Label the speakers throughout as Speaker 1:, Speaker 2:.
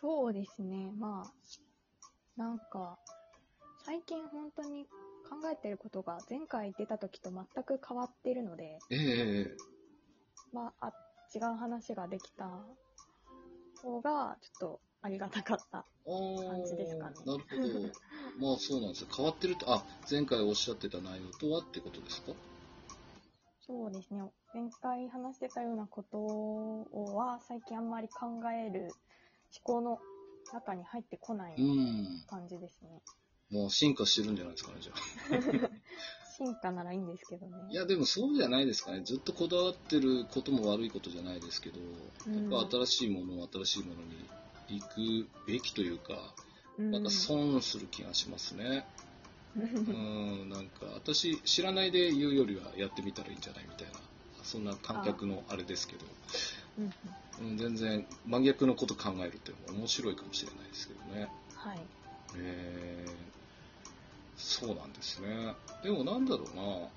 Speaker 1: そうですね。まあ、なんか、最近本当に考えてることが前回出た時と全く変わってるので、
Speaker 2: えええ
Speaker 1: まあ、あ違う話ができた方が、ちょっとありがたかった。
Speaker 2: えああ、
Speaker 1: 感じですかね
Speaker 2: なるほど。まあそうなんですよ。変わってると、あ、前回おっしゃってた内容とはってことですか。
Speaker 1: そうですね。前回話してたようなことは、最近あんまり考える思考の中に入ってこないうなん感じですね。
Speaker 2: もう進化してるんじゃないですかね、じゃあ。
Speaker 1: 進化ならいいんですけどね。
Speaker 2: いや、でもそうじゃないですかね。ずっとこだわってることも悪いことじゃないですけど、
Speaker 1: うん
Speaker 2: やっぱ新しいものは新しいものに行くべきというか、
Speaker 1: うん
Speaker 2: なんか損する気がしますね。うん、なんか私、知らないで言うよりはやってみたらいいんじゃないみたいな、そんな感覚のあれですけど、
Speaker 1: うんうん
Speaker 2: うん、全然真逆のこと考えるって面白いかもしれないですけどね。
Speaker 1: はい。
Speaker 2: えーそうなんですね。でもなんだろうな、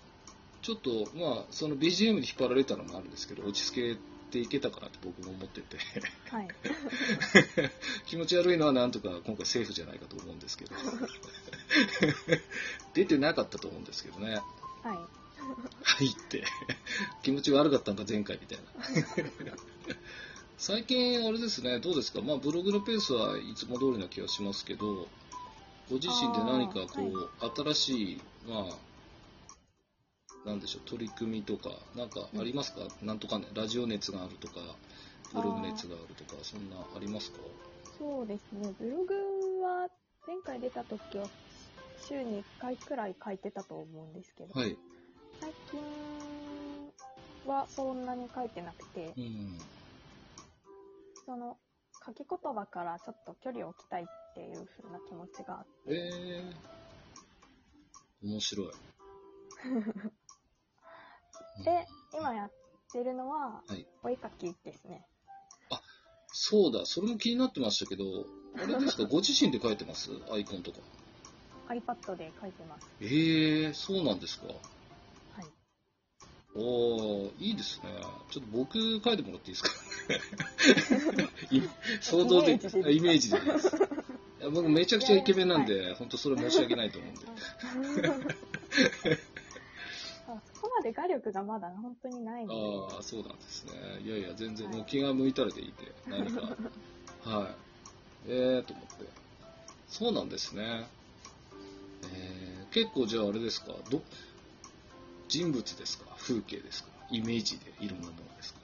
Speaker 2: ちょっと、まあ、その BGM に引っ張られたのもあるんですけど、落ち着けていけたかなって僕も思って て、
Speaker 1: はい。
Speaker 2: 気持ち悪いのはなんとか今回セーフじゃないかと思うんですけど、 出てなかったと思うんですけどね、
Speaker 1: はい。
Speaker 2: はいって、気持ち悪かったんか前回みたいな。最近、あれですね、どうですか、まあ、ブログのペースはいつも通りな気がしますけど、ご自身で何かこう、新しい、まあ、なんでしょう、取り組みとか、なんかありますか、なんとかね、ラジオ熱があるとか、ブログ熱があるとか、そんなありますか
Speaker 1: そうですね。ブログは前回出た時は週に1回くらい書いてたと思うんですけど、
Speaker 2: はい。
Speaker 1: 最近はそんなに書いてなくて、
Speaker 2: うん。
Speaker 1: その書き言葉からちょっと距離を置きたいっていう風な気持ちがあっ
Speaker 2: えー、面 白い。
Speaker 1: て、今やってるのは
Speaker 2: はい
Speaker 1: お絵描きですね。
Speaker 2: そうだ、それも気になってましたけど、あれ ですか、ご自身で書いてますアイコンとか。
Speaker 1: iPad で描いてます。
Speaker 2: えー、そうなんですか。
Speaker 1: はい。
Speaker 2: おー、いいですね。ちょっと僕書いてもらっていいですか い想像で、イ
Speaker 1: イメージですか
Speaker 2: メージでいいです。いや僕めちゃくちゃイケメンなんで、本当それ申し訳ないと思うんで。
Speaker 1: あそこまで画力がまだ本当にないので、
Speaker 2: ああ、そうなんですね。いやいや、全然、もう気が向いたらでいいんで、何 か。はい。えーと思って。そうなんですね。えー、結構じゃああれですか、ど、人物ですか風景ですかイメージでいろんなものですか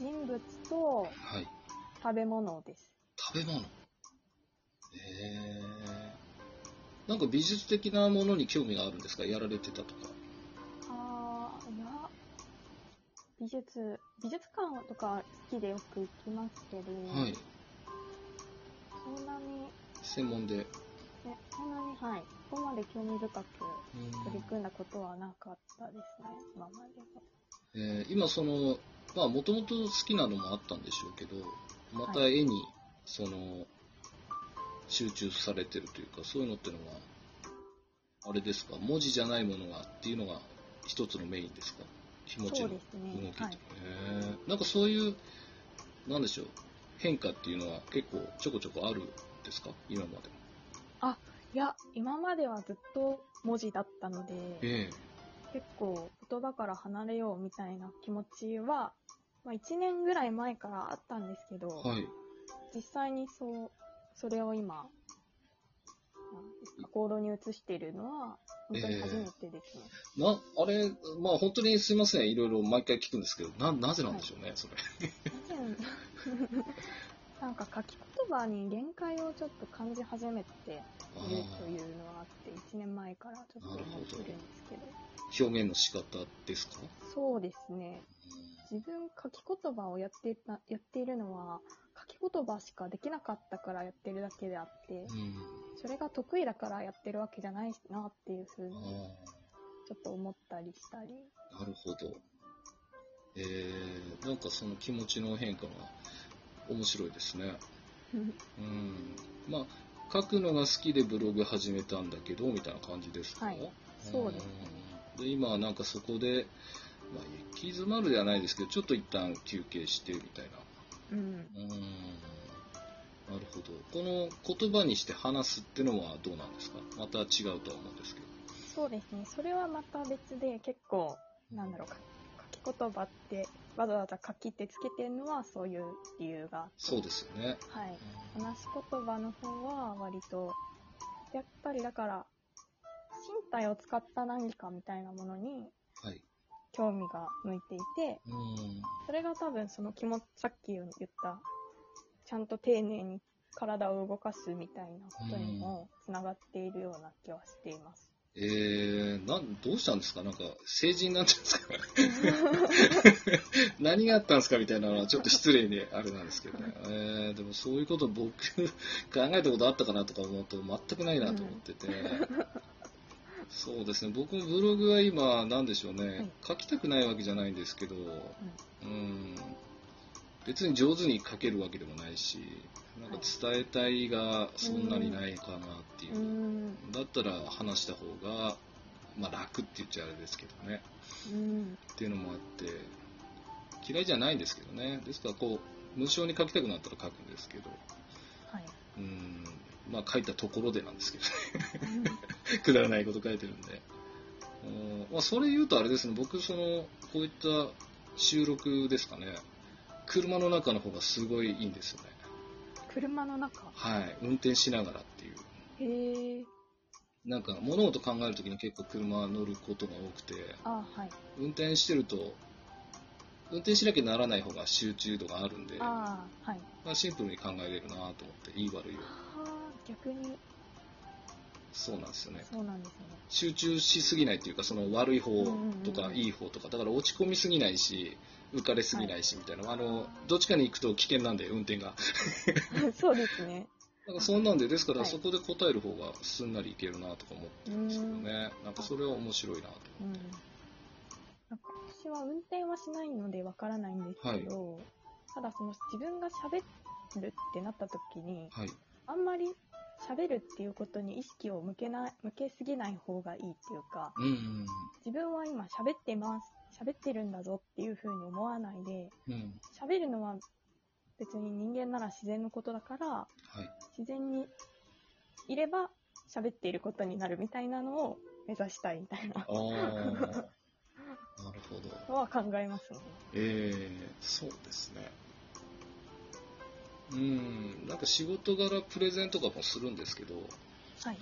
Speaker 1: 人物と
Speaker 2: はい。
Speaker 1: 食べ物です。
Speaker 2: 食べ物。えー、なんか美術的なものに興味があるんですかやられてたとか。
Speaker 1: ああ、いや、美術、美術館とか好きでよく行きますけど、
Speaker 2: はい。
Speaker 1: そんなに、ね、
Speaker 2: 専門で。
Speaker 1: そんなに、はい、そこまで興味深く
Speaker 2: うん
Speaker 1: 取り組んだことはなかったですね、今までは。
Speaker 2: えー今そのまあもともと好きなのもあったんでしょうけどまた絵にその集中されてるというかそういうのってのはあれですか文字じゃないものがっていうのが一つのメインですか気持ち
Speaker 1: そう
Speaker 2: の動
Speaker 1: で
Speaker 2: き
Speaker 1: す
Speaker 2: と
Speaker 1: ね、
Speaker 2: か、
Speaker 1: はい。
Speaker 2: へーなんかそういうなんでしょう変化っていうのは結構ちょこちょこあるんですか今までも
Speaker 1: いや、今まではずっと文字だったので、
Speaker 2: え
Speaker 1: 結構言葉から離れようみたいな気持ちは、まあ、1年ぐらい前からあったんですけど、
Speaker 2: えはい
Speaker 1: 実際にそう、それを今、行動に移しているのは、本当に初めてですね。
Speaker 2: なあれまあ本当にすいませんいろいろ毎回聞くんですけどななぜなんでしょうね、それ
Speaker 1: 以前なんか書き言葉に限界をちょっと感じ始めている
Speaker 2: あ
Speaker 1: と
Speaker 2: ー
Speaker 1: いうのがあって、1年前からちょっと思ってるんですけど、
Speaker 2: 表現の仕方ですか、
Speaker 1: そうですね。自分書き言葉をやっていた、やっているのは、書き言葉しかできなかったからやってるだけであって、
Speaker 2: うん、
Speaker 1: それが得意だからやってるわけじゃないなっていうふう
Speaker 2: あ
Speaker 1: にちょっと思ったりしたり。
Speaker 2: あなるほど、えー、なんかその気持ちの変化が面白いですね、うん、まあ書くのが好きでブログ始めたんだけどみたいな感じですか、
Speaker 1: はいそうですね
Speaker 2: うんで今はなんかそこで、まあ、行き詰まるではないですけどちょっと一旦休憩してみたいな
Speaker 1: うん。
Speaker 2: うんと、この言葉にして話すってのはどうなんですかまた違うとは思うんですけど。
Speaker 1: そうですね。それはまた別で、結構、なんだろうか、書き言葉って、わざわざ書きってつけてるのは、そういう理由が。
Speaker 2: そうですよね。
Speaker 1: はい。話し言葉の方は割とやっぱりだから身体を使った何かみたいなものに
Speaker 2: はい。
Speaker 1: 興味が向いていて
Speaker 2: うん。
Speaker 1: それが多分その気持ちさっき言ったちゃんと丁寧に体を動かすみたいなことにもつながっているような気はしています。
Speaker 2: えー、なん、どうしたんですかなんか、成人になったんですか 何があったんですかみたいなのは、ちょっと失礼であれなんですけどね。えー、でもそういうこと僕、考えたことあったかなとか思うと、全くないなと思ってて。そうですね、僕もブログは今、なんでしょうね、
Speaker 1: い
Speaker 2: 書きたくないわけじゃないんですけど、うん、別に上手に書けるわけでもないし、なんか伝えたいがそんなにないかなっていう
Speaker 1: うーん、
Speaker 2: だったら話した方が、まあ、楽って言っちゃあれですけどね
Speaker 1: うん、
Speaker 2: っていうのもあって嫌いじゃないんですけどねですからこう無償に書きたくなったら書くんですけど
Speaker 1: はい。
Speaker 2: うんまあ書いたところでなんですけどね くだらないこと書いてるんでうん、まあ、それ言うとあれですね僕そのこういった収録ですかね車の中の方がすごいいいんですよね
Speaker 1: 車の中。
Speaker 2: はい運転しながらっていう
Speaker 1: へえ。
Speaker 2: なんか物事考えるときに結構車乗ることが多くて
Speaker 1: あ、はい。
Speaker 2: 運転してると運転しなきゃならない方が集中度があるんで
Speaker 1: ああ、はい。
Speaker 2: まあ、シンプルに考えれるなと思っていい悪いを
Speaker 1: はあ、逆に
Speaker 2: そうなんですよね
Speaker 1: そうなんですね。
Speaker 2: 集中しすぎないっていうかその悪い方と
Speaker 1: うんうん
Speaker 2: か
Speaker 1: うん
Speaker 2: いい方とかだから落ち込みすぎないし浮かれすぎないしみたいな、あのどっちかに行くと危険なんで運転が
Speaker 1: そうですね。
Speaker 2: なんかそんなんでですから
Speaker 1: はい
Speaker 2: そこで答える方がすんなりいけるなとか思ってるんですけどねなんかそれは面白いなと
Speaker 1: うん。なんか私は運転はしないのでわからないんですけど、ただその自分が喋るってなった時に、
Speaker 2: はい
Speaker 1: あんまり喋るっていうことに意識を向けない、向けすぎない方がいいっていうか、
Speaker 2: うん
Speaker 1: 自分は今喋ってます、喋ってるんだぞっていうふうに思わないで、
Speaker 2: うんうん
Speaker 1: 喋るのは別に人間なら自然のことだから、
Speaker 2: はい
Speaker 1: 自然にいれば喋っていることになるみたいなのを目指したいみたいな
Speaker 2: あ あなるほど
Speaker 1: のは考えますね。
Speaker 2: えー、そうですね。うん、なんか仕事柄プレゼンとかもするんですけど、
Speaker 1: はい。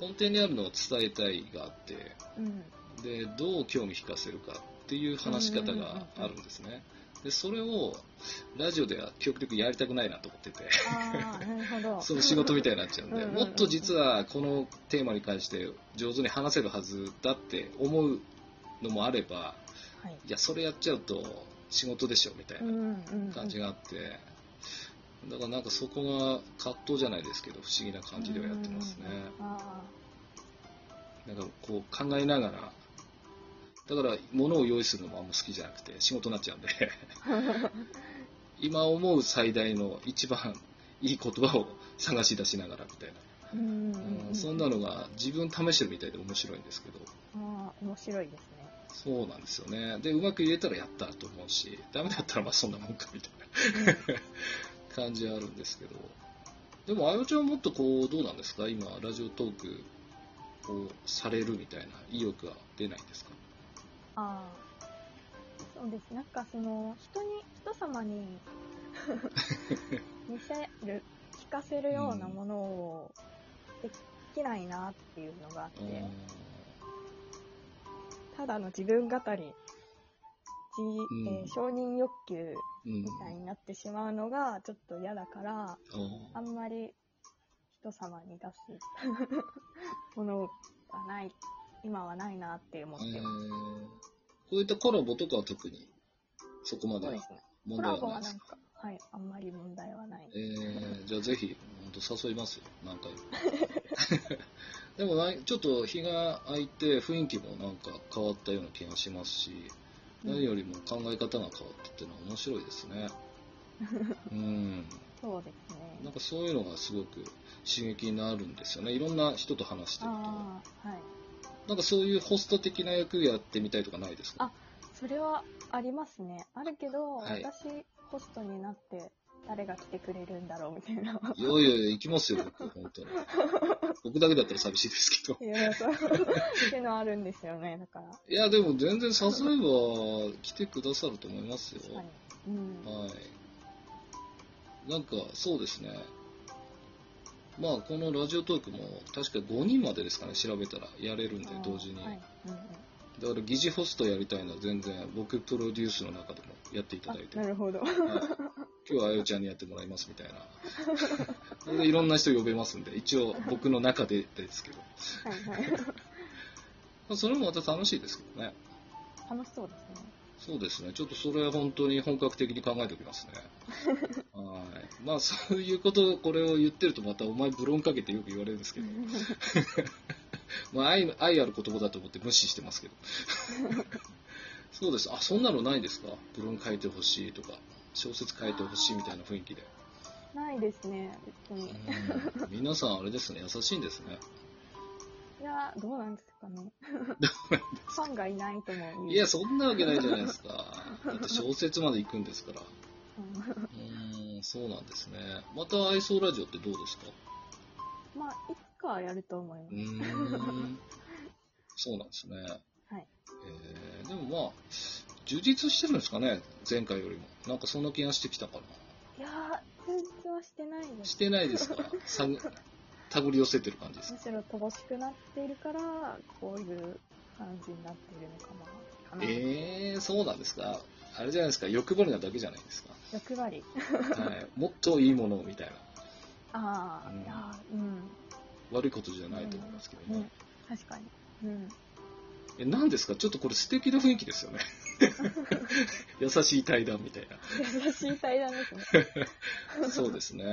Speaker 2: 根底にあるのは伝えたいがあって、
Speaker 1: うん。
Speaker 2: で、どう興味引かせるかっていう話し方があるんですね。で、それをラジオでは極力やりたくないなと思ってて、
Speaker 1: ああ、なるほど。
Speaker 2: その仕事みたいになっちゃうん
Speaker 1: うん
Speaker 2: で、
Speaker 1: うんうん
Speaker 2: もっと実はこのテーマに関して上手に話せるはずだって思うのもあれば、
Speaker 1: はい。
Speaker 2: いや、それやっちゃうと仕事でしょみたいな。
Speaker 1: ん、うん
Speaker 2: 感じ。があって、だからなんかそこが葛藤じゃないですけど、不思議な感じではやってますね。
Speaker 1: あ
Speaker 2: なんかこう考えながら、だから物を用意するのもあんま好きじゃなくて、仕事になっち ゃうんで、今思う最大の一番いい言葉を探し出しながらみたい
Speaker 1: あ。うん
Speaker 2: な、うんそんな。のが自分試してるみたいで面白いんですけど、
Speaker 1: ああ、面白いですね。
Speaker 2: そうなんですよね。で、うまく言えたらやったと思うし、ダメだったらまあそんなもんかみたいな。 感じはあるんですけど、でも、あよちゃんはもっとこう、どうなんですか、今、ラジオトークをされるみたいな意欲は出ないんですか
Speaker 1: ああ。そうです。なんかその、人に、人様に見せる、聞かせるようなものをできないなっていうのがあっ
Speaker 2: うーん
Speaker 1: て、ただの自分語り、じ
Speaker 2: ん
Speaker 1: えー承認欲求
Speaker 2: うん
Speaker 1: みたいになってしまうのがちょっと嫌だから、あ
Speaker 2: あー
Speaker 1: んまり人様に出す ものがない、今はないなって思っ
Speaker 2: え
Speaker 1: て
Speaker 2: ー
Speaker 1: ます。
Speaker 2: こういったコラボとかは特にそこまで
Speaker 1: そう
Speaker 2: は
Speaker 1: ですね。コ
Speaker 2: 問題
Speaker 1: ラ
Speaker 2: は
Speaker 1: ボ
Speaker 2: な
Speaker 1: は
Speaker 2: いで
Speaker 1: な
Speaker 2: す
Speaker 1: ん
Speaker 2: か。
Speaker 1: か、はい、あんまり問題はない。
Speaker 2: えー、じゃあぜひ、本当誘いますよ、何回も。 でもない、ちょっと日が空いて、雰囲気もなんか変わったような気がしますし、何よりも考え方が変わったっていうのは面白いですね。うん。
Speaker 1: そうですね
Speaker 2: なん。かそういうのがすごく刺激になるんですよね。いろんな人と話してると。な
Speaker 1: ああ、はい。
Speaker 2: んかそういうホスト的な役やってみたいとかないですか
Speaker 1: あそれはありますね。あるけど、
Speaker 2: はい
Speaker 1: 私、ホストになって誰が来てくれるんだろうみたいな。
Speaker 2: いやいやいや、行きますよ、僕、本当に。僕だけだったら寂しいですけど。
Speaker 1: いや、そうっていうのはあるんですよね、だから。
Speaker 2: いや、でも全然誘えば来てくださると思いますよ。
Speaker 1: 確か
Speaker 2: は
Speaker 1: に。うん。
Speaker 2: い。なんか、そうですね。まあ、このラジオトークも、確か5人までですかね、調べたらやれるんで、同時に。
Speaker 1: はい。うんうん
Speaker 2: だから、疑似ホストやりたいのは全然、僕プロデュースの中でもやっていただいて
Speaker 1: あ、。なるほど。
Speaker 2: はい今日はあゆちゃんにやってもらいますみたいな。それでいろんな人呼べますんで、一応僕の中でですけど。
Speaker 1: はいはい。
Speaker 2: まあそれもまた楽しいですけどね。
Speaker 1: 楽しそう ですね。
Speaker 2: そうですね。ちょっとそれは本当に本格的に考えておきますね。はい。まあそういうこと、これを言ってるとまたお前ブロンかけてよく言われるんですけど。まあ愛愛ある言葉だと思って無視してますけど。そうです。あ、そんなのないですかブロン書いてほしいとか、小説書いてほしいみたいな雰囲気で。
Speaker 1: ないですね、別に。
Speaker 2: うん皆さんあれですね、優しいんですね。
Speaker 1: いや、どうなんですかね。ファンがいないとも言う。
Speaker 2: いや、そんなわけないじゃないですか。だって小説まで行くんですから。
Speaker 1: うん
Speaker 2: うーん、そうなんですね。また愛想ラジオってどうですか
Speaker 1: まあ、いつかはやると思いうま
Speaker 2: ーん。そうなんですね。
Speaker 1: はい
Speaker 2: えーでもまあ、充実してるんですかね、前回よりも。なんかそんな気がしてきたか
Speaker 1: す。いやー、通知はしてないで
Speaker 2: な。
Speaker 1: す
Speaker 2: し。てないですかさぐ手繰り寄せてる感じです
Speaker 1: む
Speaker 2: か
Speaker 1: しろ乏しくなっているから、こういう感じになっているのかな。かな
Speaker 2: えー、そうなんですかあれじゃないですか、欲張りなだけじゃないですか。
Speaker 1: 欲張り。
Speaker 2: はい、もっといいものをみたいな。
Speaker 1: ああ、
Speaker 2: うん
Speaker 1: いやーうん。
Speaker 2: 悪いことじゃないと思いますけどね。
Speaker 1: うん確かに。うん。
Speaker 2: え、何ですかちょっとこれ素敵な雰囲気です よね。優しい対談みたい
Speaker 1: 優しい対談ですね。
Speaker 2: な。そうですね。